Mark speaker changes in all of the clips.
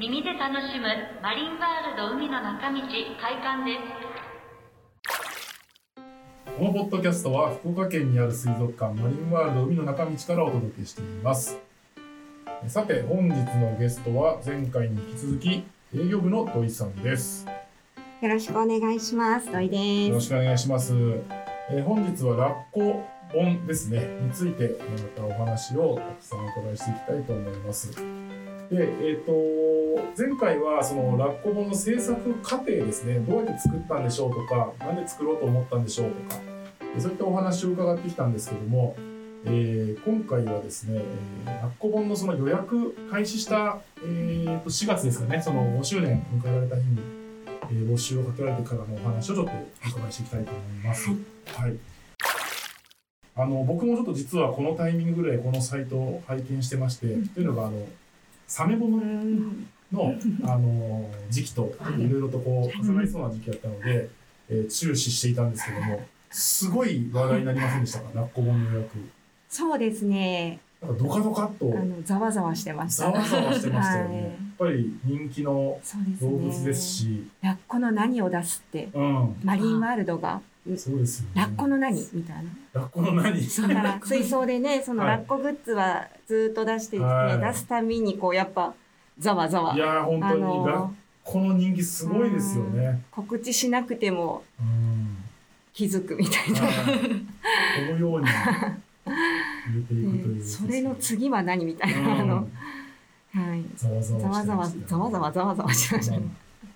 Speaker 1: 耳で楽しむマリンワールド海の中道開館です
Speaker 2: このポッドキャストは福岡県にある水族館マリンワールド海の中道からお届けしていますえさて本日のゲストは前回に引き続き営業部の土井さんです
Speaker 3: よろしくお願いします。土
Speaker 2: よ
Speaker 3: 井で
Speaker 2: ろ
Speaker 3: す。
Speaker 2: しくお願いしますえ本日はラッコ本ですねについてまたお話をたくさんお伺いしていきたいと思いますでえっ、と前回はそのラッコ本の制作過程ですねどうやって作ったんでしょうとかなんで作ろうと思ったんでしょうとかでそういったお話を伺ってきたんですけども、えー今回はですね、えー、ラッコ本のその予約開始した、えーと4月ですかね、その5周年迎えられた日に、えー募集をかけられてからのお話をちょっとお伺いしていきたいと思います。はい。あの、僕もちょっと実はこのタイミングぐらいこのサイトを拝見してまして、というのが、あの、サメ ボノ
Speaker 3: うん
Speaker 2: の、あのー時期と
Speaker 3: はい
Speaker 2: いろいろとこう重なりそうな時期だったので、えー注視していたんですけどもすごい話題になりませんでしたか ラッコ本の予約
Speaker 3: そうですね。
Speaker 2: なんかドカドカっ
Speaker 3: あ
Speaker 2: と
Speaker 3: のざわざわしてました。
Speaker 2: ざわざわしてましたよね、
Speaker 3: はい
Speaker 2: やっぱり人気の
Speaker 3: そうです
Speaker 2: 動
Speaker 3: ね。
Speaker 2: 物です。し
Speaker 3: ラッコの何を出すって
Speaker 2: うん
Speaker 3: マリンワールドが
Speaker 2: そうですよね
Speaker 3: ラッコの何みたいな。
Speaker 2: ラッコの 何
Speaker 3: だから水槽でね、その
Speaker 2: はい
Speaker 3: ラッコグッズはずっと出してきて、
Speaker 2: はい
Speaker 3: 出すたびにこうやっぱざわざわ
Speaker 2: い。やー本当にラ
Speaker 3: の
Speaker 2: ッコの人気すごいですよね
Speaker 3: 告知しなくても
Speaker 2: うん
Speaker 3: 気づくみたいな。
Speaker 2: はいこのように入れていくという、
Speaker 3: ね それの次は何みたいな、あ
Speaker 2: う
Speaker 3: の
Speaker 2: ん、
Speaker 3: はい。
Speaker 2: ざわざ
Speaker 3: ざ
Speaker 2: わ
Speaker 3: わ
Speaker 2: して
Speaker 3: ざ
Speaker 2: ましたよ
Speaker 3: わ
Speaker 2: ね
Speaker 3: ざわざわざわざわしてましたね。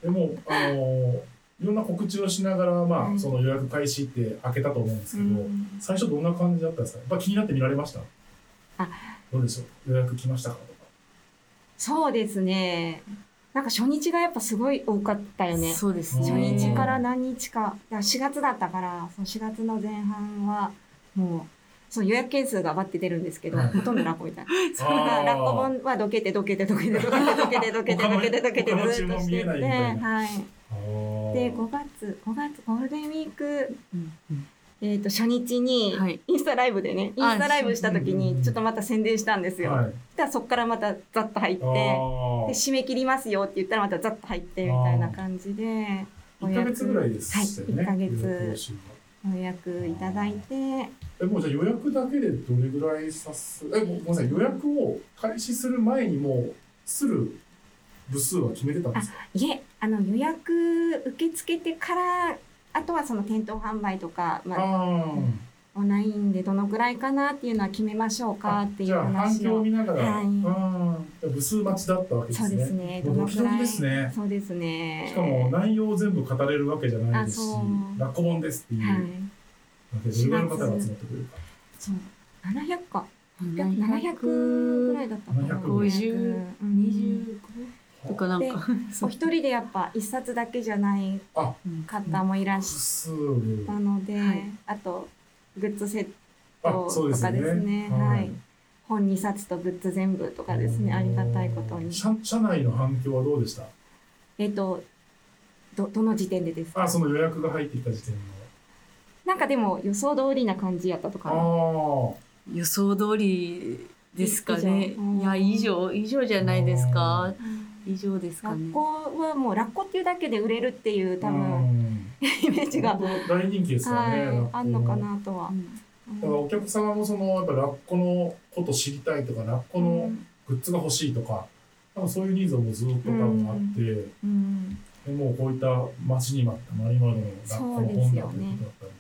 Speaker 2: でも、あのーいろんな告知をしながら、まあ、
Speaker 3: はい
Speaker 2: その予約開始って開けたと思うんですけど、
Speaker 3: うん
Speaker 2: 最初どんな感じだったんですかやっぱ気になって見られました
Speaker 3: あ
Speaker 2: どうでしょう予約来ましたかとか。
Speaker 3: そうですね。なんか初日がやっぱすごい多かったよね。
Speaker 4: そうです
Speaker 2: うん
Speaker 3: 初
Speaker 4: ね。
Speaker 3: 日から何日か、だから4月だったから、その4月の前半は、もう、その予約件数がバって出るんですけど、
Speaker 2: はい
Speaker 3: ほとんどラッコみたいな。
Speaker 2: あ
Speaker 3: だから
Speaker 2: ー
Speaker 3: ラッコ本はどけてどけてどけてどけてどけてどけてどけてどけて
Speaker 2: 他の
Speaker 3: どけ
Speaker 2: 他
Speaker 3: てずっとし
Speaker 2: の注文見え
Speaker 3: てて、
Speaker 2: ないみたいな
Speaker 3: はい。
Speaker 2: あー
Speaker 3: で、5月、5月ゴールデンウィーク、
Speaker 4: うんうん
Speaker 3: えっ、と、初日に、
Speaker 4: はい
Speaker 3: インスタライブでね、インスタライブした時
Speaker 2: うんうんう
Speaker 3: に
Speaker 2: ん
Speaker 3: ちょっとまた宣伝したんですよ。
Speaker 2: はい、
Speaker 3: したらそこからまたザッと入って、
Speaker 2: あー
Speaker 3: で締め切りますよって言ったらまたザッと入ってみたいな感じで
Speaker 2: 1ヶ月ぐらいでしたよね。
Speaker 3: はい1ヶ月
Speaker 2: 予約募集は
Speaker 3: 予約いただいて
Speaker 2: え、もうじゃあ予約だけでどれぐらいさす、え、ごごめんなさい、予約を開始する前にもう、する部数は決めてたんですか
Speaker 3: いえあの予約受け付けてからあとはその店頭販売とか、
Speaker 2: あ
Speaker 3: まあ、
Speaker 2: ー
Speaker 3: オンラインでどのぐらいかなっていうのは決めましょうかってい
Speaker 2: あじ
Speaker 3: う
Speaker 2: ゃあ反
Speaker 3: 話
Speaker 2: 響を
Speaker 3: を
Speaker 2: 見ながら、
Speaker 3: はい
Speaker 2: うん、部数待ちだったわけです
Speaker 3: そ
Speaker 2: ね。
Speaker 3: うですねど
Speaker 2: もう
Speaker 3: の
Speaker 2: ドキド
Speaker 3: ぐ
Speaker 2: キ
Speaker 3: ら
Speaker 2: で
Speaker 3: い
Speaker 2: すね。
Speaker 3: そうですね
Speaker 2: しかも内容を全部語れるわけじゃないですし
Speaker 3: あそ、う
Speaker 2: ラッコ本ですっていう、
Speaker 3: はい
Speaker 2: なんでどれぐらいの方が集まってくれるか。
Speaker 3: そう700か700ぐら
Speaker 4: 700
Speaker 3: いだったかな
Speaker 4: 750
Speaker 3: うん
Speaker 4: 25とかなんか。
Speaker 3: お一人でやっぱ一冊だけじゃない
Speaker 2: あ
Speaker 3: 方もいらっ
Speaker 2: 部
Speaker 3: し
Speaker 2: 数
Speaker 3: ゃったので、
Speaker 4: はい
Speaker 3: あとグッズセット
Speaker 2: あ、そうですよね。
Speaker 3: とかですねはい本2冊とグッズ全部とかですねありがたいことに
Speaker 2: 社社内の反響はどうでした
Speaker 3: えっ、とどどの時点でですか
Speaker 2: あ、その予約が入ってきた時点の。
Speaker 3: なんかでも予想通りな感じやったと
Speaker 2: あ
Speaker 3: か
Speaker 2: あ
Speaker 3: な
Speaker 2: ー。
Speaker 4: 予想通りですかね
Speaker 3: 以
Speaker 4: い
Speaker 3: 上。
Speaker 4: や、以上、以上じゃないですか。
Speaker 3: うん
Speaker 4: 以上ですか
Speaker 3: ラッ
Speaker 4: ね。
Speaker 3: コはもうラッコっていうだけで売れるっていう多
Speaker 2: う
Speaker 3: 分
Speaker 2: ん
Speaker 3: イメージが、
Speaker 2: 本当大人気ですよね。ラ
Speaker 3: は
Speaker 2: ッ
Speaker 3: い、
Speaker 2: コ
Speaker 3: あんのかなとは
Speaker 4: う、ん
Speaker 2: だからお客様もそのやっぱラッコのこと知りたいとかラッコのグッズが欲しいとか、多分そういうニーズはもうずっと多分あって、
Speaker 3: うんうん
Speaker 2: でもうこういった待ちに待ったマリマルのラッコの本だということだ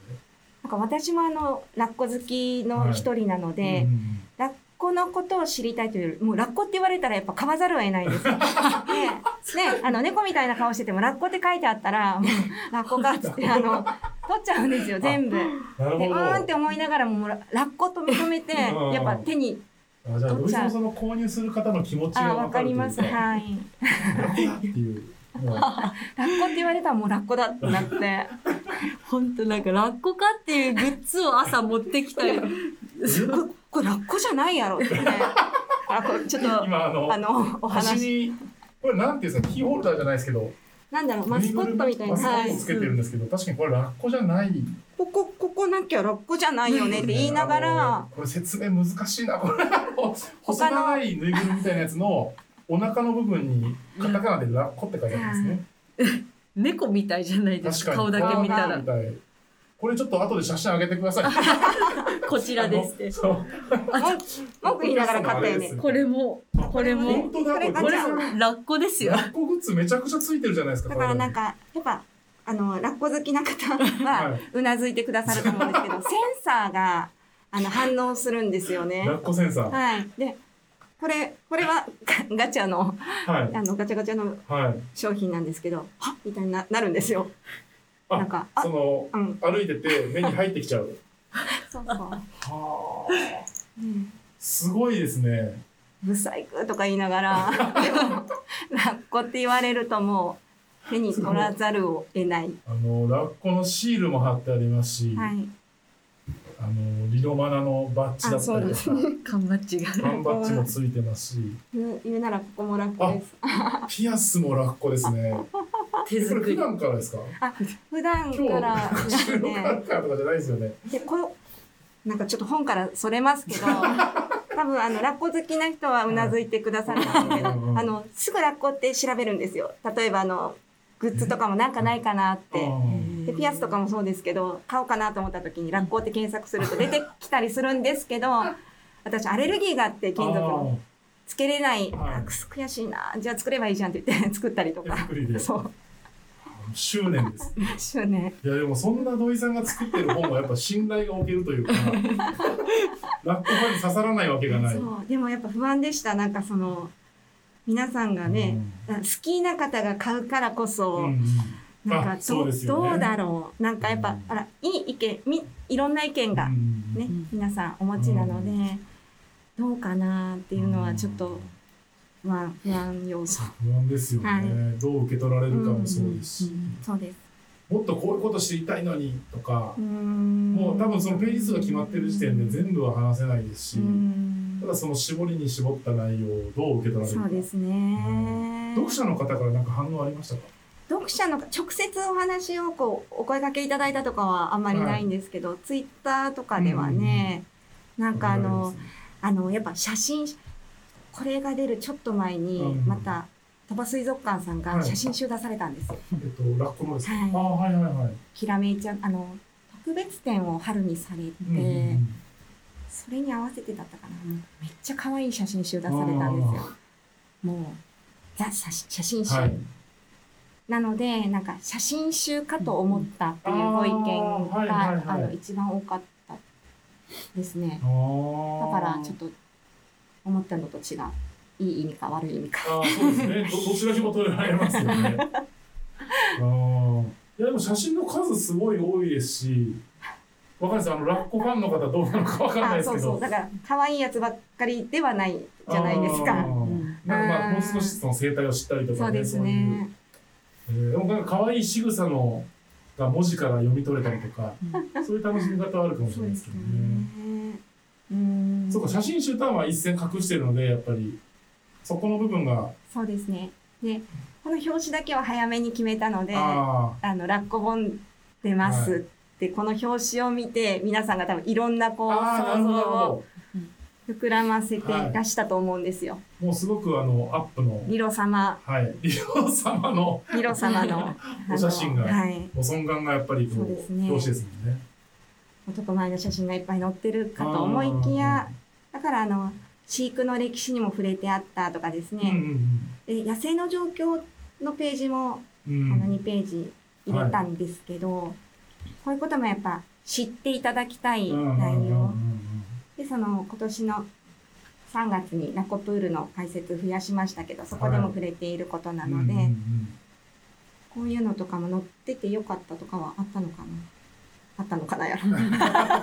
Speaker 3: なんか私もあのラッコ好きの一人な
Speaker 2: ったん
Speaker 3: ので、
Speaker 2: で、うん
Speaker 3: ラッコのことを知りたいというよりもうラッコって言われたらやっぱ買わざるを得な いですよ。ねねあの猫みたいな顔しててもラッコって書いてあったらもうラッコかっつってあの取っちゃうんですよ全部。
Speaker 2: なる
Speaker 3: で
Speaker 2: ほど。
Speaker 3: うーんって思いながらももうララッコと認めて
Speaker 2: うん
Speaker 3: やっぱ手に
Speaker 2: あじゃあ
Speaker 3: ど
Speaker 2: 土
Speaker 3: っ
Speaker 2: 井
Speaker 3: ち
Speaker 2: さん
Speaker 3: ゃ
Speaker 2: もその購入する方の気持ち
Speaker 3: あ
Speaker 2: が
Speaker 3: わ
Speaker 2: 分
Speaker 3: か
Speaker 2: かると
Speaker 3: り
Speaker 2: いうか
Speaker 3: ますはい。
Speaker 2: ラッコだっていう。もう
Speaker 3: ラッコって言われたらもうラッコだってなって
Speaker 4: 本当なんか、ラッコかっていうグッズを朝持ってきたり。
Speaker 3: これこれラッコじゃないやろって、ね、あこれちょっと
Speaker 2: 今あの
Speaker 3: あのお
Speaker 2: 端
Speaker 3: 話
Speaker 2: にこれなんていうんですかキーホルダーじゃないですけど
Speaker 3: なんだろうマスコットみたいな。
Speaker 2: マスコ
Speaker 3: は
Speaker 2: ッ
Speaker 3: い
Speaker 2: トつけてるんですけど、確かにこれラッコじゃない
Speaker 3: ここ、ここなきゃラッコじゃないよねって言いなが
Speaker 2: あの
Speaker 3: ら、
Speaker 2: これ説明難しいなこれあの細
Speaker 3: 他の
Speaker 2: 長いぬいぐるみみたいなやつのお腹の部分にカタカナでラッコって書いてあるんですね。
Speaker 4: 猫みたいじゃないです
Speaker 2: 確か
Speaker 4: か。
Speaker 2: に。
Speaker 4: 顔だけ見たら
Speaker 2: み。たい。これちょっと後で写真上げてください。
Speaker 4: こちらですって
Speaker 2: あの。そう
Speaker 4: あ、
Speaker 3: 文句言いながら買ったよね。
Speaker 4: これも、これも
Speaker 2: 本、当だ、これ。
Speaker 3: こ
Speaker 4: これ
Speaker 3: れ
Speaker 4: ラ
Speaker 3: も
Speaker 4: ッコですよ
Speaker 2: ラ。ッコグッズめちゃくちゃついてるじゃないですか。
Speaker 3: だからなんか、やっぱ、あの、ラッコ好きな方
Speaker 2: は、
Speaker 3: はいうなずいてくださると思うんですけど、 センサーが、あの、反応するんですよ
Speaker 2: 体
Speaker 3: ね
Speaker 2: に。。ラッコセンサー。
Speaker 3: はい。で、これ、これは ガガチャの、
Speaker 2: はい。
Speaker 3: あの、ガチャガチャの
Speaker 2: はい。
Speaker 3: 商品なんですけど、はっみたいにななるんですよ。
Speaker 2: あ
Speaker 3: なんか、あ
Speaker 2: そ、の、
Speaker 3: うん、
Speaker 2: 歩いてて目に入ってきちゃう。
Speaker 3: そうそう。
Speaker 2: はあ。
Speaker 3: うん
Speaker 2: すごいですね。
Speaker 3: ブサイクとか言いながら、 でもラッコって言われるともう、手に取らざるを得ない。
Speaker 2: あの、ラッコのシールも貼ってありますし、
Speaker 3: はい。
Speaker 2: あの、リロマナのバッジだったり
Speaker 3: あ
Speaker 2: とか、
Speaker 4: 缶バッジが。
Speaker 2: 缶バッジもついてますし、
Speaker 3: 言う言うならここもラッコです。
Speaker 2: ピアスもラッコですね。
Speaker 4: 手
Speaker 2: こ
Speaker 4: 作
Speaker 2: れ普
Speaker 4: り。
Speaker 2: 段からですか
Speaker 3: 普段か
Speaker 2: 今
Speaker 3: ら
Speaker 2: 日、収録あるからとかじゃないですよね。
Speaker 3: でこうなんかちょっと本からそれます けど多分あのラッコ好きな人はうなずいてくださるんですけど、
Speaker 2: はいうんうん
Speaker 3: あのすぐラッコって調べるんですよ例えばあのグッズとかもなんかないかなって。
Speaker 2: うん
Speaker 3: でピアスとかもそうですけど買おうかなと思った時にラッコって検索すると出てきたりするんですけど私アレルギーがあって金属のつけれない
Speaker 2: あ
Speaker 3: あ
Speaker 2: ーはい
Speaker 3: くす悔しいなじゃあ作ればいいじゃんって言って作ったりと
Speaker 2: 手
Speaker 3: か
Speaker 2: 作りで
Speaker 3: そう
Speaker 2: 執念です。
Speaker 3: 執念
Speaker 2: いやでもそんな土井さんが作ってる本はやっぱ信頼がおけるという か、ラッコファンに刺さらないわけがない。
Speaker 3: そうでもやっぱ不安でしたなんかその皆さんがね、好きな方が買うからこそ、
Speaker 2: うん、うん
Speaker 3: なん
Speaker 2: あ
Speaker 3: か
Speaker 2: そ
Speaker 3: ど
Speaker 2: う
Speaker 3: う,、
Speaker 2: ですよね
Speaker 3: どうだろうなんかやっぱ、
Speaker 2: うん
Speaker 3: あらいい意見みいろんな意見
Speaker 2: う
Speaker 3: がね、
Speaker 2: ん
Speaker 4: ん
Speaker 3: 皆さんお持ちなので、
Speaker 2: う
Speaker 3: どうかなっていうのはちょっと不安不安要素
Speaker 2: 不安ですよね、
Speaker 3: は
Speaker 2: どう受け取られるかもそうですし、
Speaker 3: そうです
Speaker 2: もっとこういうことしていたいのにとか
Speaker 3: うー、ん
Speaker 2: もう多分そのページ数が決まってる時点で全部は話せないですし、
Speaker 3: うーん
Speaker 2: ただその絞りに絞った内容をどう受け取られるか
Speaker 3: そうですね、
Speaker 2: 読者の方から何か反応ありましたか
Speaker 3: 読者の直接お話をこうお声掛けいただいたとかはあんまりないんですけど、ツイッターとかではね、なんかあの、あのやっぱ写真これが出るちょっと前に、
Speaker 2: うん
Speaker 3: また鳥羽水族館さん
Speaker 2: は
Speaker 3: が
Speaker 2: い
Speaker 3: 写真集出されたんですよ。
Speaker 2: えっとラッコのですか、
Speaker 3: はい
Speaker 2: ああはいはいはい、
Speaker 3: きらめいちゃんあの特別展を春にされて、
Speaker 2: うんうんうん
Speaker 3: それに合わせてだったかなもうめっちゃ可愛い写真集出されたんですよ。もうザ写真写真集、
Speaker 2: はい
Speaker 3: なのでなんか写真集かと思ったっていうご意見
Speaker 2: あーはい
Speaker 3: が
Speaker 2: はい
Speaker 3: あ,、
Speaker 2: はい
Speaker 3: の一番多かったですね。だ
Speaker 2: あ
Speaker 3: からちょっ
Speaker 2: と
Speaker 3: と思ったのと違ういい意味か悪い意味か。
Speaker 2: ああそうですねどどちらにも取れられますよ ねああいやでも写真の数すごい多いですしわかんないですあのラッコファンの方どうなのかわかんない
Speaker 3: あ
Speaker 2: です
Speaker 3: そ
Speaker 2: け
Speaker 3: うそ
Speaker 2: ど
Speaker 3: うだから可愛いやつばっかりではないじゃないです
Speaker 2: あ
Speaker 3: か
Speaker 2: ーなんかまあ
Speaker 3: うん
Speaker 2: もう少しその生態を知ったりと
Speaker 3: そ
Speaker 2: か
Speaker 3: う
Speaker 2: ね
Speaker 3: ですね
Speaker 2: そういう、えー、でもなんか可愛い仕草のが文字から読み取れたりとかそういう楽しみ方はあるかもし
Speaker 3: そ
Speaker 2: れ
Speaker 3: う
Speaker 2: ない
Speaker 3: で
Speaker 2: です
Speaker 3: す
Speaker 2: け
Speaker 3: ね
Speaker 2: どね
Speaker 3: うーん
Speaker 2: そうか写真集とはまあ一線隠してるのでやっぱりそこの部分が、
Speaker 3: そうですねでこの表紙だけは早めに決めたのであ
Speaker 2: あ
Speaker 3: のラッコ本出ます、
Speaker 2: は
Speaker 3: でこの表紙を見て皆さんが多分いろんな
Speaker 2: あ
Speaker 3: こう
Speaker 2: ああなるほど
Speaker 3: 想像
Speaker 2: なるほ
Speaker 3: を
Speaker 2: ど
Speaker 3: 膨らませて出したと思うんですよ。
Speaker 2: もうすごくあのアップの
Speaker 3: リロ様
Speaker 2: はい、 リオ様の
Speaker 3: リロ様の
Speaker 2: お写真が
Speaker 3: あのはい、
Speaker 2: ご尊顔がやっぱりこう
Speaker 3: そうですね
Speaker 2: 表紙ですもんね。
Speaker 3: 男前の写真がいっぱい載ってるかと思いきやだからあの飼育の歴史にも触れてあったとかです
Speaker 2: うん、う
Speaker 3: ね、
Speaker 2: ん
Speaker 3: で野生の状況のページも、
Speaker 2: うん
Speaker 3: あの
Speaker 2: うん、
Speaker 3: 2ページ入れたんですけど、こういうこともやっぱ知っていただきたい内容、でその今年の3月にナコプールの解説増やしましたけどそこでも触れていることなので、
Speaker 2: うんうんうん
Speaker 3: こういうのとかも載っててよかったとかはあったのかなあったのかなやろ
Speaker 2: でも好き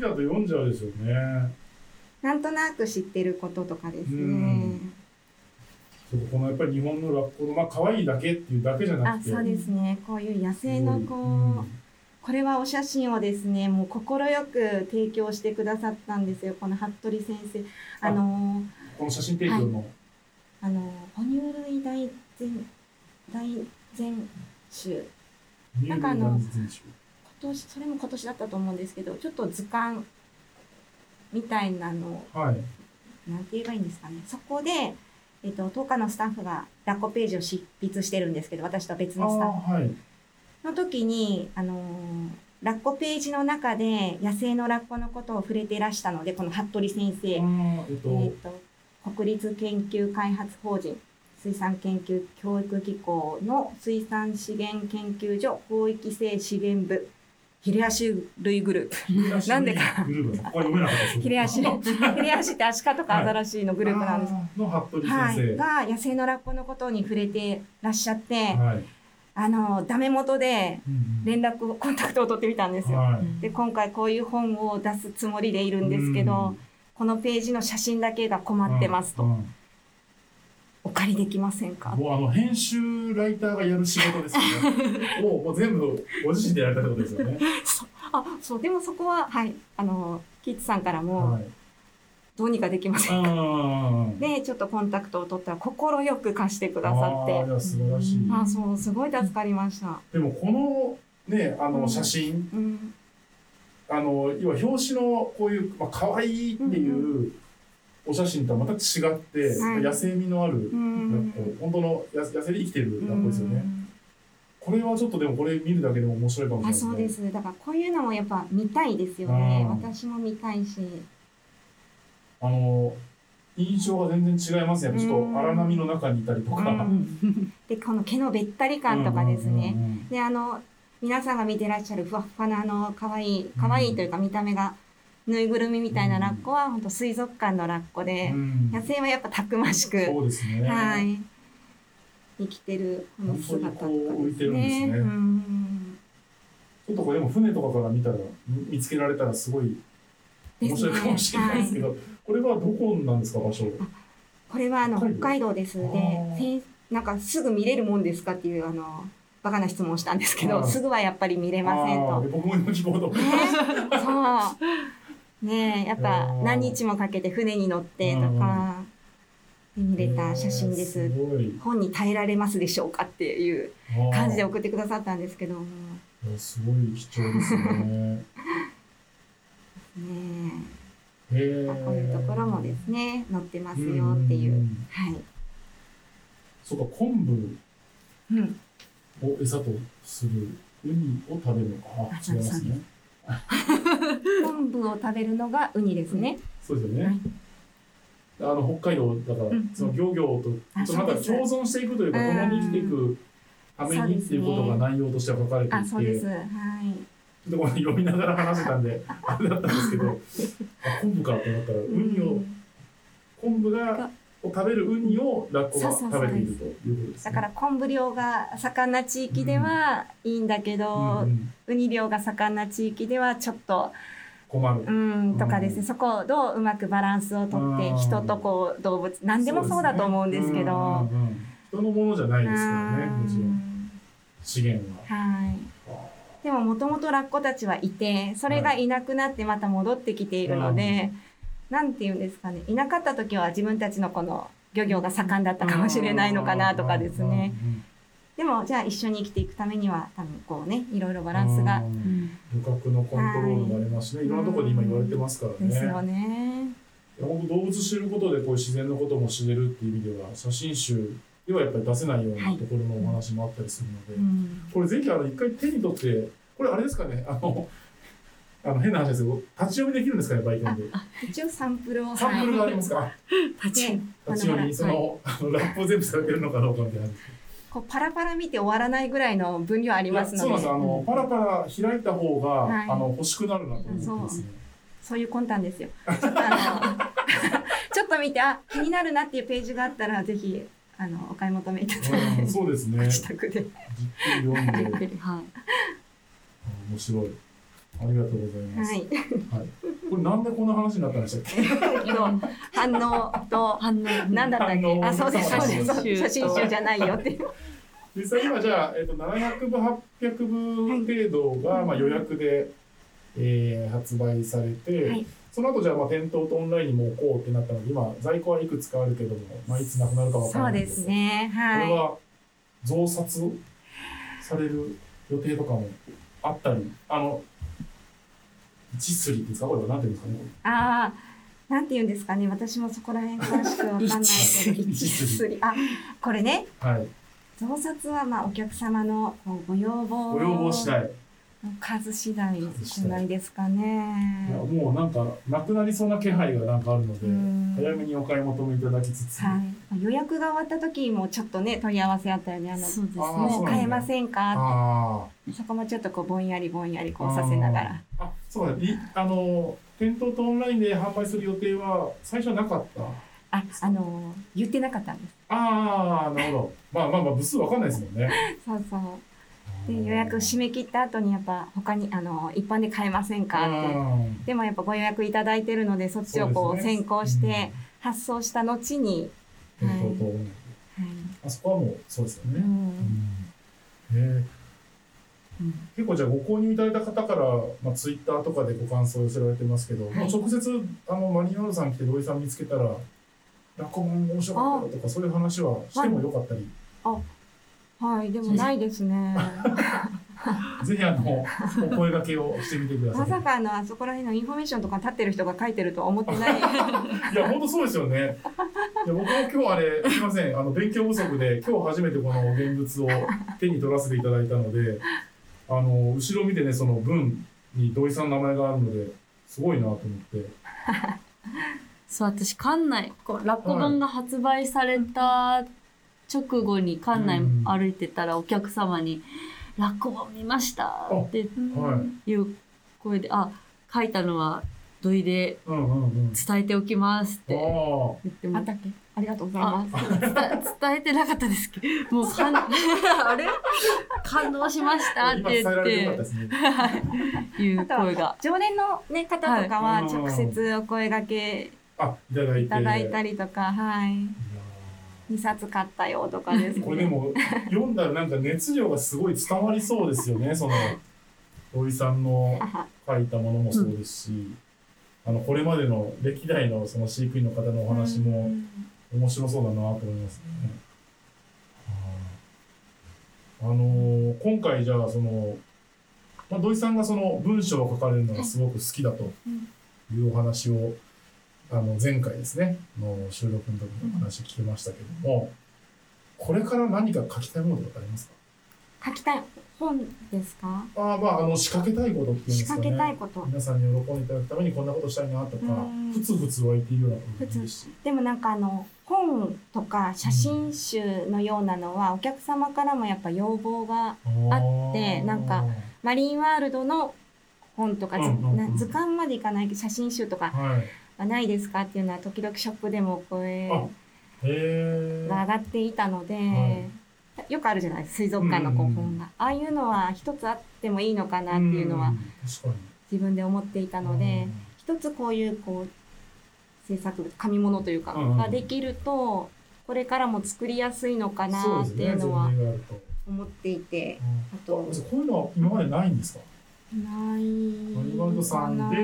Speaker 2: だと読んじゃうでしょうね。
Speaker 3: なんとなく知ってることとかですね。
Speaker 2: うんちょっとこのやっぱり日本のラッコのまあ可愛いだけっていうだけじゃな
Speaker 3: あ、
Speaker 2: くて、
Speaker 3: そうですね。こういう野生のこう、
Speaker 2: うん
Speaker 3: これはお写真をですね、もう快く提供してくださったんですよ。この服部先生、あのー
Speaker 2: この写真提供の、
Speaker 3: あのー哺乳類大全大全集。
Speaker 2: ミュー
Speaker 3: な
Speaker 2: ル
Speaker 3: んかあの
Speaker 2: 断絶編集
Speaker 3: 今年それも今年だったと思うんですけど、ちょっと図鑑みたいなのを
Speaker 2: はい。
Speaker 3: なんて言えばいいんですかね。そこで、えっと、当館のスタッフがラッコページを執筆してるんですけど、私とは別
Speaker 2: あ
Speaker 3: のスタッフ
Speaker 2: あ、はい。
Speaker 3: の時に、あのーラッコページの中で野生のラッコのことを触れていらしたので、この服部先生、
Speaker 2: あーえっ
Speaker 3: えっ
Speaker 2: と、
Speaker 3: と国立研究開発法人水産研究教育機構の水産資源研究所広域性資源部ヒレアシ類グループ
Speaker 2: ヒレアシ
Speaker 3: なんでか
Speaker 2: グループのここは読めなかったです。
Speaker 3: ヒレ アシヒレアシってアシカとかアザラシのグループなんです、
Speaker 2: あーの服部
Speaker 3: は
Speaker 2: 先
Speaker 3: い、
Speaker 2: 生。
Speaker 3: が野生のラッコのことに触れてらっしゃって、
Speaker 2: はい。
Speaker 3: あのダメ元で
Speaker 2: うんうん
Speaker 3: 連絡をコンタクトを取ってみたんですよ。
Speaker 2: はい
Speaker 3: で今回こういう本を出すつもりでいるんですけ
Speaker 2: う
Speaker 3: ど
Speaker 2: ん、
Speaker 3: このページの写真だけが困ってます
Speaker 2: う
Speaker 3: と
Speaker 2: んうん
Speaker 3: お借りできませんか
Speaker 2: もうあの編集ライターがやる仕事です ね。もうもう全部ご自身でやられたってことですよね。
Speaker 3: あそうでもそこははいあのキッズさんからも
Speaker 2: はい。
Speaker 3: どうにかできませんか、
Speaker 2: ああ。
Speaker 3: でちょっとコンタクトを取ったら快く貸してく
Speaker 2: く
Speaker 3: ださって
Speaker 2: いや素晴らしい。
Speaker 3: あそうすごい助かりました、
Speaker 2: でもこのねあ
Speaker 3: う
Speaker 2: の
Speaker 3: ん
Speaker 2: 写真、
Speaker 3: うん、
Speaker 2: あの要は表紙のこういうまあ可愛いっていうお写真とはまた違って、
Speaker 3: はい
Speaker 2: 野生味のある
Speaker 3: う
Speaker 2: 学校、
Speaker 3: ん
Speaker 2: 本当のや野生で生きてる学校ですよね。
Speaker 3: うん
Speaker 2: これはちょっとでもこれ見るだけでも面白いかもしれない
Speaker 3: あそうです
Speaker 2: ね。
Speaker 3: すだからこういうのもやっぱ見たいですよね
Speaker 2: うん
Speaker 3: 私も見たいし
Speaker 2: あの印象が全然違いますね。ちょっ
Speaker 3: うん
Speaker 2: と荒波の中にいたりとか。
Speaker 3: うんでこの毛のべったり感とかですね、
Speaker 2: うんうんうんうん
Speaker 3: であの皆さんが見てらっしゃるふわっふわなあの可愛い可愛いというか見た目がぬいぐるみみたいなラッコは本当水族館のラッコで、
Speaker 2: うん
Speaker 3: 野生はやっぱたくましく、
Speaker 2: そうですね。
Speaker 3: はい生きてるこの姿と
Speaker 2: 本
Speaker 3: か
Speaker 2: 当にこう浮いて
Speaker 3: です
Speaker 2: るんです
Speaker 3: ね。
Speaker 2: ね
Speaker 3: うん
Speaker 2: ちょっとこれでも船とかから見たらみ見つけられたらすごい面白いかもしれないですけ
Speaker 3: はい
Speaker 2: ど、これはどこなんですか場所？
Speaker 3: これはあの
Speaker 2: 北
Speaker 3: 北
Speaker 2: 海道
Speaker 3: 海道ですで
Speaker 2: あー
Speaker 3: せんなんかすぐ見れるもんですかっていうあのバカな質問をしたんですけ
Speaker 2: は
Speaker 3: ど
Speaker 2: い
Speaker 3: すぐはやっぱり見れません
Speaker 2: あ
Speaker 3: と
Speaker 2: ー。僕も今希望と。
Speaker 3: ね、そう。ねえ、やっぱ
Speaker 2: うん
Speaker 3: 何日もかけて船に乗ってとか、見れた写真で
Speaker 2: えー
Speaker 3: す。
Speaker 2: ごい
Speaker 3: 本に耐えられますでしょうかっていう感じで送ってくださったんですけども、
Speaker 2: あーいやすごい貴重ですね。
Speaker 3: ね
Speaker 2: へ
Speaker 3: え、
Speaker 2: ー
Speaker 3: こういうところもですね、載ってますよってい
Speaker 2: ん
Speaker 3: う。
Speaker 2: ん
Speaker 3: はい。
Speaker 2: そうか昆
Speaker 3: うん。
Speaker 2: 布を餌とするウニを食べるのか。あ違いますね。
Speaker 3: 昆布を食べるのがウニですね。
Speaker 2: そうですよね。あの北海道だから、
Speaker 3: うん
Speaker 2: その漁業と
Speaker 3: あ
Speaker 2: ちょっと
Speaker 3: そう
Speaker 2: なん
Speaker 3: で
Speaker 2: か
Speaker 3: す
Speaker 2: 共存していくというか、
Speaker 3: うん
Speaker 2: 共に生きていくためにっていうことが内容としては書かれてい
Speaker 3: あ、
Speaker 2: て、
Speaker 3: そうです。
Speaker 2: ちょ
Speaker 3: はい。
Speaker 2: っとこれ読みながら話してたん であれだったんですけど、あ昆布かと思ったらウニを、
Speaker 3: うん
Speaker 2: 昆布がを食べるウニをラッコが
Speaker 3: そうそうそう
Speaker 2: 食べているということです、
Speaker 3: だ
Speaker 2: ね。
Speaker 3: から昆布漁が盛んな地域ではいいんだけど、
Speaker 2: うんうん
Speaker 3: ウニ漁が盛んな地域ではちょっと
Speaker 2: 困る。
Speaker 3: うんとかですね、
Speaker 2: うん
Speaker 3: そこをどううまくバランスをとって、
Speaker 2: うん
Speaker 3: 人とこう動物何でもそうだと思うんですけど
Speaker 2: そうですねうんうんうん人のものじゃないうですからね、もちろん
Speaker 3: ん
Speaker 2: 資源は。
Speaker 3: はいでももともとラッコたちはいてそれがいなくなってまた戻ってきているので、なんていうんですかねいなかった時は自分たちのこの漁業が盛んだったかもしれないのかなとかですね。でもじゃあ一緒に生きていくためには多分こうねいろいろバ
Speaker 2: バ
Speaker 3: ランスが
Speaker 2: 漁獲のコントロールもありますしね、
Speaker 3: はい
Speaker 2: い、ろんなところで今言われてますからね。
Speaker 3: ですよね。
Speaker 2: いや本当動物知ることでこういう自然のことも知れるっていう意味では写真集ではやっぱり出せないような
Speaker 3: はい
Speaker 2: ところのお話もあったりするので、
Speaker 3: うん
Speaker 2: これぜひあの一回手に取ってこれあれですかねあのあの変な話ですけど立ち読みできるんですかねバイトンで
Speaker 3: 一応サンプルを
Speaker 2: サンプルがありますか、
Speaker 3: で
Speaker 2: 立ち読みその,、あのラップを全部されてるのかどうかみたいな
Speaker 3: こうパラパラ見て終わらないぐらいの分量ありますの
Speaker 2: そう
Speaker 3: で
Speaker 2: なんですあの、パラパラ開いた方が、
Speaker 3: はい
Speaker 2: あの欲しくなるなと思ってますね
Speaker 3: そういう魂胆で すよ。ちょっとあの ちょっと見てあ気になるなっていうページがあったらぜひあのお買い求めいただいて、
Speaker 2: う んそうですね
Speaker 3: ご
Speaker 2: じっ
Speaker 3: 自宅で。
Speaker 2: くり読んで
Speaker 4: はい。
Speaker 2: 面白いありがとうございます、
Speaker 3: はい。
Speaker 2: これなんでこんな話になったんでしたっけ
Speaker 3: 反応と
Speaker 4: 反応。
Speaker 3: 何だったっ
Speaker 2: 反応
Speaker 3: け？あそうですそうですそうです
Speaker 4: 写
Speaker 3: 写
Speaker 4: 真集
Speaker 3: 真集じゃないよっていう。
Speaker 2: 実際今じゃあ、えっと700部800部程度が、まあ、予約で、えー発売されて、
Speaker 3: はい
Speaker 2: その後じゃあまあ店頭とオンラインにも置こうってなったので今在庫はいくつかあるけども、まあ、いつなくなるかわか
Speaker 3: そ
Speaker 2: ら
Speaker 3: う
Speaker 2: ない
Speaker 3: で
Speaker 2: けど
Speaker 3: すね
Speaker 2: これ
Speaker 3: は
Speaker 2: は増刷される予定とかもあったりあの実利ですかこれは何ていうんですかね
Speaker 3: い。ああなんて言うんですかね私もそこら辺詳しくわかんないけど
Speaker 4: 一筋
Speaker 3: 一筋あこれね
Speaker 2: はい。
Speaker 3: 増刷はまあお客様のこうご要望
Speaker 2: ご要望次第。い
Speaker 3: の数次第じゃないですかね
Speaker 2: や。もうなんか、なくなりそうな気配がなんかあるので
Speaker 3: うん、
Speaker 2: 早めにお買い求めいただきつつ。
Speaker 3: はい、予約が終わった時もちょっとね問い合わせあったよねあの
Speaker 4: そうですね。
Speaker 2: あーそう
Speaker 3: もう買えませんか
Speaker 2: あ
Speaker 3: そこもちょっとこうぼんやりぼんやりこうさせながら
Speaker 2: あ。あ、そうだね。いあの、店頭とオンラインで販売する予定は最初はなかった。
Speaker 3: ああのー言ってなかったんです
Speaker 2: ああ、なるほど。まあまあまあ、部数わかんないですもんね。
Speaker 3: そうそうで予約締め切った後にやっぱ他にあのー一般で買えませんかって
Speaker 2: うん
Speaker 3: でもやっぱご予約いただいてるのでそっちをこう
Speaker 2: そうですね
Speaker 3: 先行して発送した後に、
Speaker 2: うん
Speaker 3: はい
Speaker 2: 店頭とオンライン
Speaker 3: はい
Speaker 2: あそこはもうそうですよ
Speaker 3: う
Speaker 2: ね。
Speaker 3: ん
Speaker 2: うんね
Speaker 4: うん
Speaker 2: 結構じゃあご購入いただいた方から、まあ、ツイッターとかでご感想を寄せられてますけど、
Speaker 4: い
Speaker 2: まあ、直接あのマニュアルさん来て土井さん見つけたら「落語面白かったよ」とかそういう話はしてもよかったり、
Speaker 3: はい、でもないです ね。
Speaker 2: ぜ ひあのお声掛けをしてみてくださ
Speaker 3: ま
Speaker 2: い。
Speaker 3: さかあのあそこら辺のインフォメーションとか立ってる人が書いてるとは思ってない。
Speaker 2: いや、本当そうですよね。いや、僕も今日あれ、すいません、あの、勉強不足で、今日初めてこの現物を手に取らせていただいたので、あの、後ろ見てね、その文に土井さんの名前があるので、すごいなと思って。
Speaker 4: そう、私、館内、こうラッコ版が発売された直後に館内
Speaker 2: うん
Speaker 4: 歩いてたらお客様に、ラッコ版見ましたって
Speaker 2: は
Speaker 4: いう声で、あ、書いたのは土井で
Speaker 2: い。うんうんうん。
Speaker 4: 伝えておきますって
Speaker 2: あ
Speaker 4: 言ってもらって
Speaker 3: っけありがとうござい
Speaker 4: あ
Speaker 3: ます。
Speaker 4: 伝伝えてなかったですけど、もう感、あれ 感動しました
Speaker 2: あ。
Speaker 4: っ
Speaker 2: 今
Speaker 4: て
Speaker 2: 伝え
Speaker 4: 言
Speaker 2: ら
Speaker 4: っ
Speaker 2: れてよかった
Speaker 4: て
Speaker 2: ですね。
Speaker 4: いう声が。
Speaker 3: 常連の、ね、方とか
Speaker 2: は
Speaker 3: はい直接お声掛け
Speaker 2: あ、いただいて。
Speaker 3: いただいた
Speaker 2: い
Speaker 3: りとか、はい。
Speaker 2: や
Speaker 3: 2冊買ったよとかです
Speaker 2: ーこれで
Speaker 3: ね。
Speaker 2: も、読んだらなんか熱量がすごい伝わりそうですよね、その、土井さんの書いたものもそうですし、あの、これまでの歴代のその飼育員の方のお話も面白そうだなと思いますね。あのー今回じゃあその、まあ、土井さんがその文章を書かれるのがすごく好きだというお話を、あの前回ですね、の収録の時のお話聞きましたけども、これから何か書きたいものとかありますか
Speaker 3: 書きたい本ですか
Speaker 2: ああ、まあ、あの、仕掛けたいことっていうんで
Speaker 3: 仕
Speaker 2: すかね。
Speaker 3: 掛けたいこと。
Speaker 2: 皆さんに喜んでいただくためにこんなことしたいなとか
Speaker 3: うん、
Speaker 2: ふつふつ湧いているようなことでもいいし。
Speaker 3: でもなんかあの、本とか写真集のようなのはお客様からもやっぱ要望が、
Speaker 2: あ
Speaker 3: ってなんか、マリンワールドの本とか、ず
Speaker 2: うんうんうん
Speaker 3: な図鑑までいかないけど写真集とか
Speaker 2: はい。
Speaker 3: はないですかっていうのは時々ショップでもお声
Speaker 2: あへえ。
Speaker 3: が上がっていたので、よくあるじゃない水族館のこ
Speaker 2: うんうん
Speaker 3: う
Speaker 2: うん
Speaker 3: 本が、ああいうのは一つあってもいいのかなっていうの
Speaker 2: う
Speaker 3: は
Speaker 2: ん。確かに。
Speaker 3: 自分で思っていたので、一つこういうこう制作物紙物というか、
Speaker 2: うんうん
Speaker 3: ができるとこれからも作りやすいのか
Speaker 2: うん、
Speaker 3: なっていうのは
Speaker 2: そうですね前例があると
Speaker 3: 思っていて、
Speaker 2: うん
Speaker 3: あと
Speaker 2: あこういうのは今までないんですか
Speaker 3: ない
Speaker 2: ワールドさ
Speaker 3: か
Speaker 2: ん
Speaker 3: な
Speaker 2: で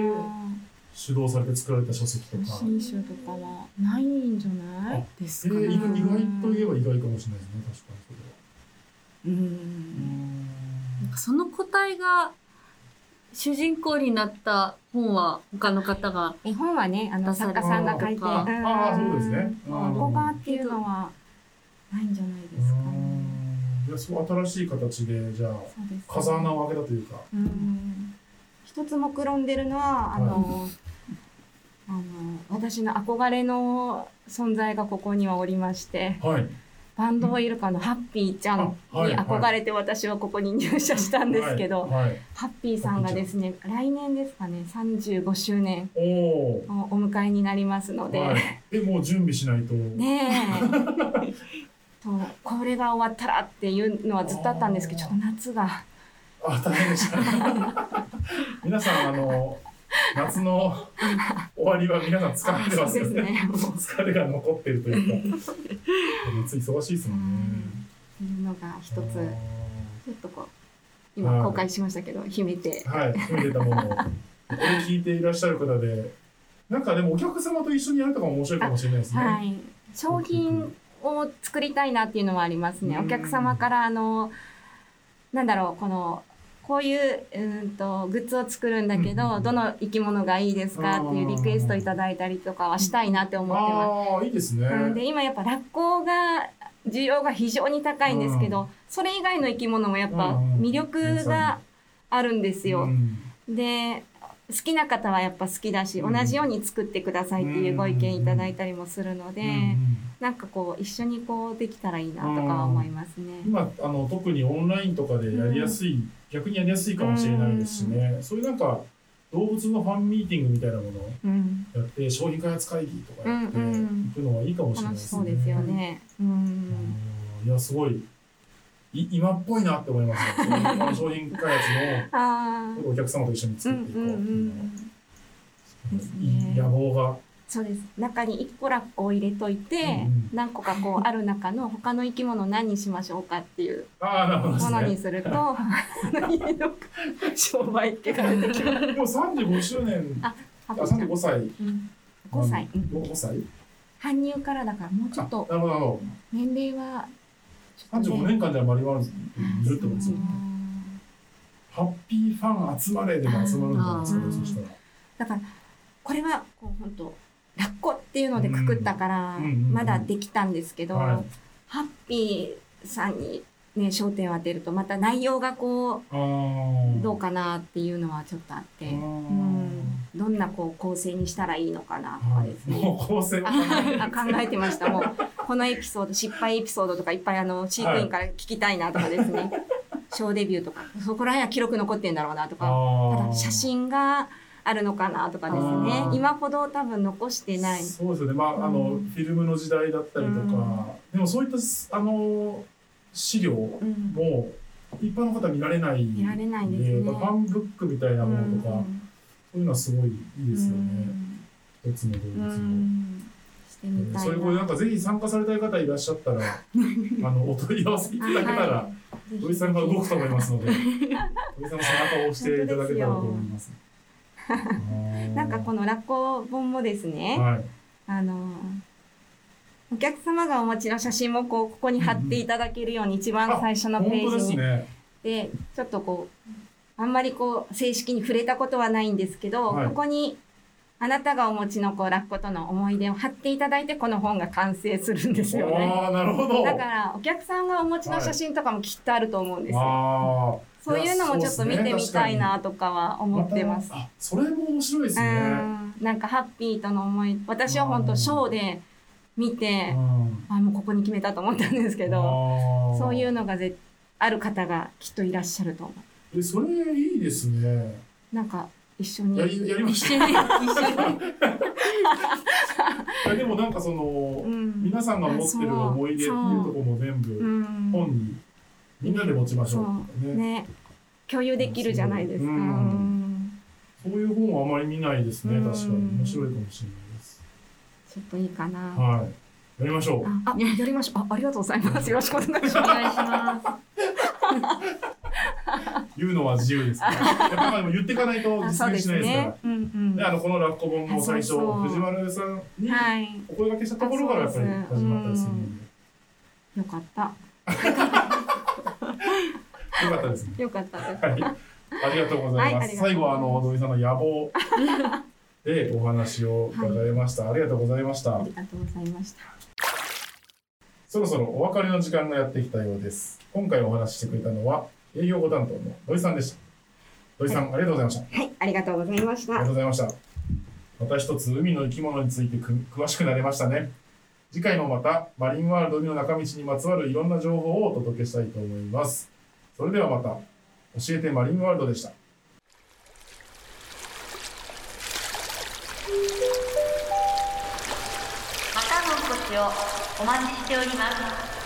Speaker 2: 主導されて作られた書籍とか。
Speaker 3: 写真集とかはないんじゃない
Speaker 4: です
Speaker 2: え
Speaker 4: かね
Speaker 2: ー、意外意外といえば意外かもしれないですね、確かにそれは。
Speaker 4: うんなんかその個体が主人公になった本は他の方が
Speaker 3: 絵本はねあの
Speaker 4: 出された
Speaker 3: 作家さんが書いて
Speaker 4: あ
Speaker 3: ん
Speaker 2: ああ、そうですね。
Speaker 4: うん
Speaker 3: 動画っていうのはないんじゃないですかね。
Speaker 2: うんいやそう新しい形でじゃあ
Speaker 3: そうです。
Speaker 2: 風穴を開けたというか
Speaker 3: うん。一つ目論んでるのはあの、あの私の憧れの存在がここにはおりまして、
Speaker 2: はい
Speaker 3: バンドイルカのハッピーちゃん
Speaker 2: あはい
Speaker 3: に憧れて私はここに入社したんですけど、
Speaker 2: はいはい
Speaker 3: ハッピーさんがですね来年ですかね35周年
Speaker 2: おお
Speaker 3: をお迎えになりますので。
Speaker 2: はい、えもう準備しないと、
Speaker 3: ねえとこれが終わったらっていうのはずっとあったんですけどちょっと夏が
Speaker 2: あ大変でした 皆さんあの夏の終わりは皆さん疲れてますよね
Speaker 3: あそうです
Speaker 2: 疲れが残ってるというか夏忙しいですもんね
Speaker 3: っていうのが一つちょっとこう
Speaker 2: はい
Speaker 3: 今公開しましたけど秘めて
Speaker 2: あーはい決めてたものをこれ聞いていらっしゃる方でなんかでもお客様と一緒にやるとかも面白いかもしれないですね、
Speaker 3: はい商品を作りたいなっていうのはありますね
Speaker 2: うん
Speaker 3: お客様からあのなんだろうこのこういううーんとグッズを作るんだけど、
Speaker 2: うん
Speaker 3: どの生き物がいいですかっていうリクエストいただいたりとかはしたいなって思ってます。
Speaker 2: ああ、いいですね。
Speaker 3: なので今やっぱラッコが需要が非常に高いんですけど、
Speaker 2: う
Speaker 3: それ以外の生き物もやっぱ
Speaker 2: うん
Speaker 3: 魅力があるんですよ。
Speaker 2: うん
Speaker 3: で好きな方はやっぱ好きだし、
Speaker 2: うん
Speaker 3: 同じように作ってくださいっていうご意見いただいたりもするので、
Speaker 2: うんうん
Speaker 3: なんかこう一緒にこうできたらいいなとかは思いますね。
Speaker 2: 今あの特にオンラインとかでやりやすい、逆にやりやすいかもしれないですしね、そういうなんか動物のファンミーティングみたいなものを
Speaker 3: うん、
Speaker 2: やって商品開発会議とかやってい
Speaker 3: うんうん
Speaker 2: くのはいいかもしれない
Speaker 3: 楽
Speaker 2: で
Speaker 3: し
Speaker 2: す
Speaker 3: そう
Speaker 2: ね。
Speaker 3: ですよね。うん、
Speaker 2: うんいやすごいい今っぽいなって思いま した、ね、あの商品開発
Speaker 3: あ
Speaker 2: のお客様と一緒に
Speaker 3: あ、う
Speaker 2: 作
Speaker 3: ん
Speaker 2: っていこ
Speaker 3: う
Speaker 2: うんっていうのは、
Speaker 3: うん。ですね
Speaker 2: いい野望が。
Speaker 3: そうです。中に一個ラッコを入れといて、
Speaker 2: うん
Speaker 3: 何個かこうある中の他の生き物何にしましょうかっていう
Speaker 2: ああなるほどで
Speaker 3: も
Speaker 2: す
Speaker 3: のに
Speaker 2: ね。
Speaker 3: すると、 家の商売って感じできます。
Speaker 2: でも35周年
Speaker 3: あ
Speaker 2: あ35歳
Speaker 3: 5歳、うん
Speaker 2: 5歳
Speaker 3: 搬入からだからもうちょっと
Speaker 2: あなるほどなるほど
Speaker 3: 年齢はちょっと
Speaker 2: 35
Speaker 3: ね
Speaker 2: 年間じゃ丸々いるってことですよね。
Speaker 3: うん
Speaker 2: ハッピーファン集まれでも集まるんじゃないです
Speaker 4: あ
Speaker 2: かね、
Speaker 4: ー
Speaker 2: そしたら。
Speaker 3: だからこれはこう本当ラッコっていうのでくくったから
Speaker 2: うんうんうんうん
Speaker 3: まだできたんですけど、
Speaker 2: はい
Speaker 3: ハッピーさんにね焦点を当てるとまた内容がこ
Speaker 2: あ
Speaker 3: う
Speaker 2: ー
Speaker 3: どうかなっていうのはちょっとあって、
Speaker 2: あ
Speaker 3: う
Speaker 2: ー
Speaker 3: ん、どんなこう構成にしたらいいのかなとか
Speaker 2: は
Speaker 3: です
Speaker 2: いも
Speaker 3: ね。
Speaker 2: う構成。
Speaker 3: あ考えてましたもうこのエピソード失敗エピソードとかいっぱいあの飼育員から聞きたいなとかで すね、小デビューとかそこら辺は記録残ってんだろうなとかただ写真があるのかなとかですね
Speaker 2: あー
Speaker 3: 今ほど多分残して
Speaker 2: で
Speaker 3: ない
Speaker 2: そうですよね。まあ、あの、
Speaker 3: うん
Speaker 2: フィルムの時代だったりとか、でもそういった、あの、資料も
Speaker 3: うん
Speaker 2: 一般の方は見られない。
Speaker 3: 見られないですね
Speaker 2: やっぱファンブックみたいなものとか、そういうのはすごいいいですよね。一つの動
Speaker 3: うんう
Speaker 2: 物の。
Speaker 3: んしてみたい
Speaker 2: それこれなんかぜひ参加されたい方いらっしゃったら、 あの、お問い合わせいただけたら、土井さんが動くと思います ので、土井さんの背中を押していただけたらと思います。
Speaker 3: なんかこ
Speaker 2: の
Speaker 3: のラッコ本もですね、
Speaker 2: はい、
Speaker 3: あのお客様がお持ちの写真もこうここに貼っていただけるように一番最初のペ
Speaker 2: 本当
Speaker 3: ー
Speaker 2: で
Speaker 3: ジ
Speaker 2: す
Speaker 3: に
Speaker 2: ね。
Speaker 3: でちょっとこうあんまりこう正式に触れたことはないんですけど、
Speaker 2: はい
Speaker 3: ここにあなたがお持ちのこうラッコとの思い出を貼っていただいてこの本が完成するんですよね。
Speaker 2: ああ、なるほど。
Speaker 3: だからお客さんがお持ちの写真とかもきっとあると思うんですよ。
Speaker 2: ああ、
Speaker 3: そういうのもちょっと見てみたいなとかは思ってます。
Speaker 2: あ、それも面白いです
Speaker 3: う
Speaker 2: ね。
Speaker 3: ん、なんかハッピーとの思い、私は本当ショーで見て、
Speaker 2: うん
Speaker 3: あもうここに決めたと思ったんですけど、
Speaker 2: あー
Speaker 3: そういうのがぜある方がきっといらっしゃると思う。
Speaker 2: え、それいいですね。
Speaker 3: なんか一緒に
Speaker 2: やりやりましょう。 いやでもなんかその、
Speaker 3: うん
Speaker 2: 皆さんが持ってる思い出っていうところも全
Speaker 3: う
Speaker 2: 部
Speaker 3: ん
Speaker 2: 本にみんなで持ちましょうね。
Speaker 3: ね共有できるじゃないですか。
Speaker 2: う
Speaker 3: うんん
Speaker 2: そういう本はあまり見ないですね。
Speaker 3: うん
Speaker 2: 確かに面白いかもしれないです。
Speaker 3: ちょっといいかな。
Speaker 2: はい。やりましょう。
Speaker 3: あ、あやりましょう。あ、ありがとうございます。よろしくお願いし
Speaker 4: お
Speaker 3: ます。
Speaker 4: 願いします。
Speaker 2: 言うのは自由ですから。やっぱでも言っていかないと
Speaker 3: あ
Speaker 2: 実
Speaker 3: そうで
Speaker 2: 現し
Speaker 3: す
Speaker 2: ないですから。
Speaker 3: ね。うんうん。
Speaker 2: であのこのラッコ本も最初
Speaker 3: あそうそう
Speaker 2: 藤丸さんに
Speaker 3: はい。
Speaker 2: お声掛けしたところからやっぱり始まったりするの
Speaker 3: よかった。
Speaker 2: で、よかったですね。
Speaker 3: よかったです。
Speaker 2: はい。ありがとうございま
Speaker 3: はいあ
Speaker 2: す。
Speaker 3: りがとう
Speaker 2: 最後はあの土井さんの野望でお話を伺いました。ありがとうございました
Speaker 3: あ。りがとうございました。
Speaker 2: そろそろお別れの時間がやってきたようです。今回お話ししてくれたのは営業ご担当の土井さんでした。土井さん、ありがとうございました。
Speaker 3: はい、ありがとうございまし
Speaker 2: ありがと。
Speaker 3: た
Speaker 2: うございました。また一つ海の生き物についてく詳しくなれましたね。次回もまたマリンワールド海の中道にまつわるいろんな情報をお届けしたいと思います。それではまた、教えてマリンワールドでした。
Speaker 1: またのお越しをお待ちしております